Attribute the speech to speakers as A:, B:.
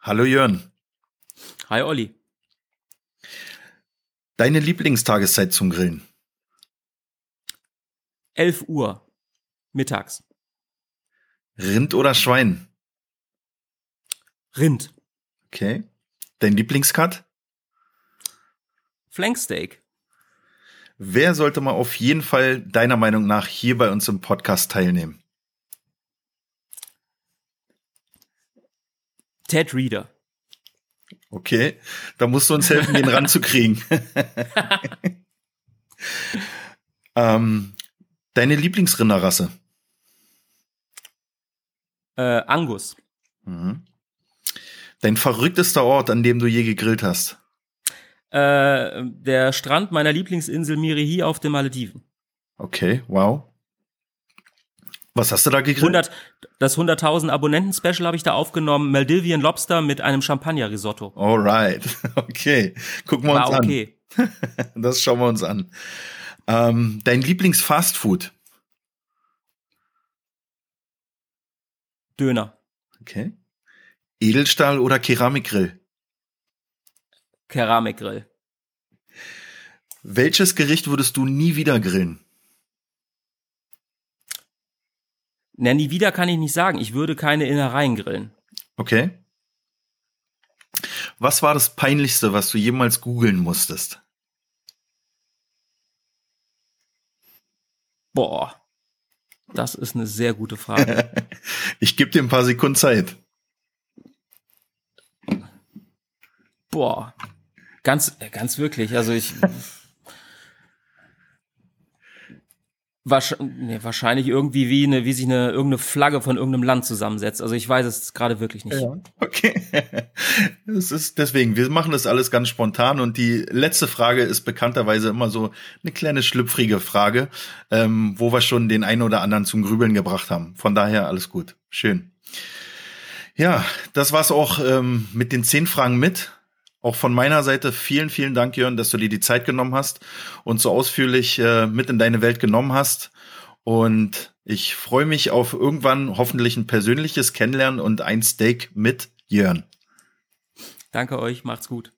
A: Hallo Jörn.
B: Hi Olli.
A: Deine Lieblingstageszeit zum Grillen?
B: 11 Uhr mittags.
A: Rind oder Schwein?
B: Rind.
A: Okay. Dein Lieblingscut?
B: Flanksteak.
A: Wer sollte mal auf jeden Fall deiner Meinung nach hier bei uns im Podcast teilnehmen?
B: Ted Reader.
A: Okay, da musst du uns helfen, den ranzukriegen. ähm, deine Lieblingsrinderrasse?
B: Äh, Angus.
A: Mhm. Dein verrücktester Ort, an dem du je gegrillt hast?
B: Äh, der Strand meiner Lieblingsinsel Mirihi auf den Malediven.
A: Okay, wow. Was hast du da gegrillt?
B: 100, das 100.000 Abonnenten-Special habe ich da aufgenommen. Maldivian Lobster mit einem Champagner-Risotto.
A: Alright, okay. Gucken wir
B: War
A: uns
B: okay.
A: an. Das schauen wir uns an. Ähm, dein Lieblingsfastfood?
B: Döner.
A: Okay. Edelstahl oder Keramikgrill?
B: Keramikgrill.
A: Welches Gericht würdest du nie wieder grillen?
B: Na, nie wieder kann ich nicht sagen. Ich würde keine Innereien grillen.
A: Okay. Was war das Peinlichste, was du jemals googeln musstest?
B: Boah. Das ist eine sehr gute Frage.
A: Ich gebe dir ein paar Sekunden Zeit.
B: Boah. Ganz, ganz wirklich. Also ich. Wahrsch nee, wahrscheinlich irgendwie wie eine, wie sich eine irgendeine Flagge von irgendeinem Land zusammensetzt. Also ich weiß es gerade wirklich nicht.
A: Okay. Es ist deswegen, wir machen das alles ganz spontan und die letzte Frage ist bekannterweise immer so eine kleine schlüpfrige Frage, ähm, wo wir schon den einen oder anderen zum Grübeln gebracht haben. Von daher alles gut. Schön. Ja, das war's auch ähm, mit den zehn Fragen mit. Auch von meiner Seite vielen, vielen Dank, Jörn, dass du dir die Zeit genommen hast und so ausführlich äh, mit in deine Welt genommen hast. Und ich freue mich auf irgendwann hoffentlich ein persönliches Kennenlernen und ein Steak mit Jörn.
B: Danke euch, macht's gut.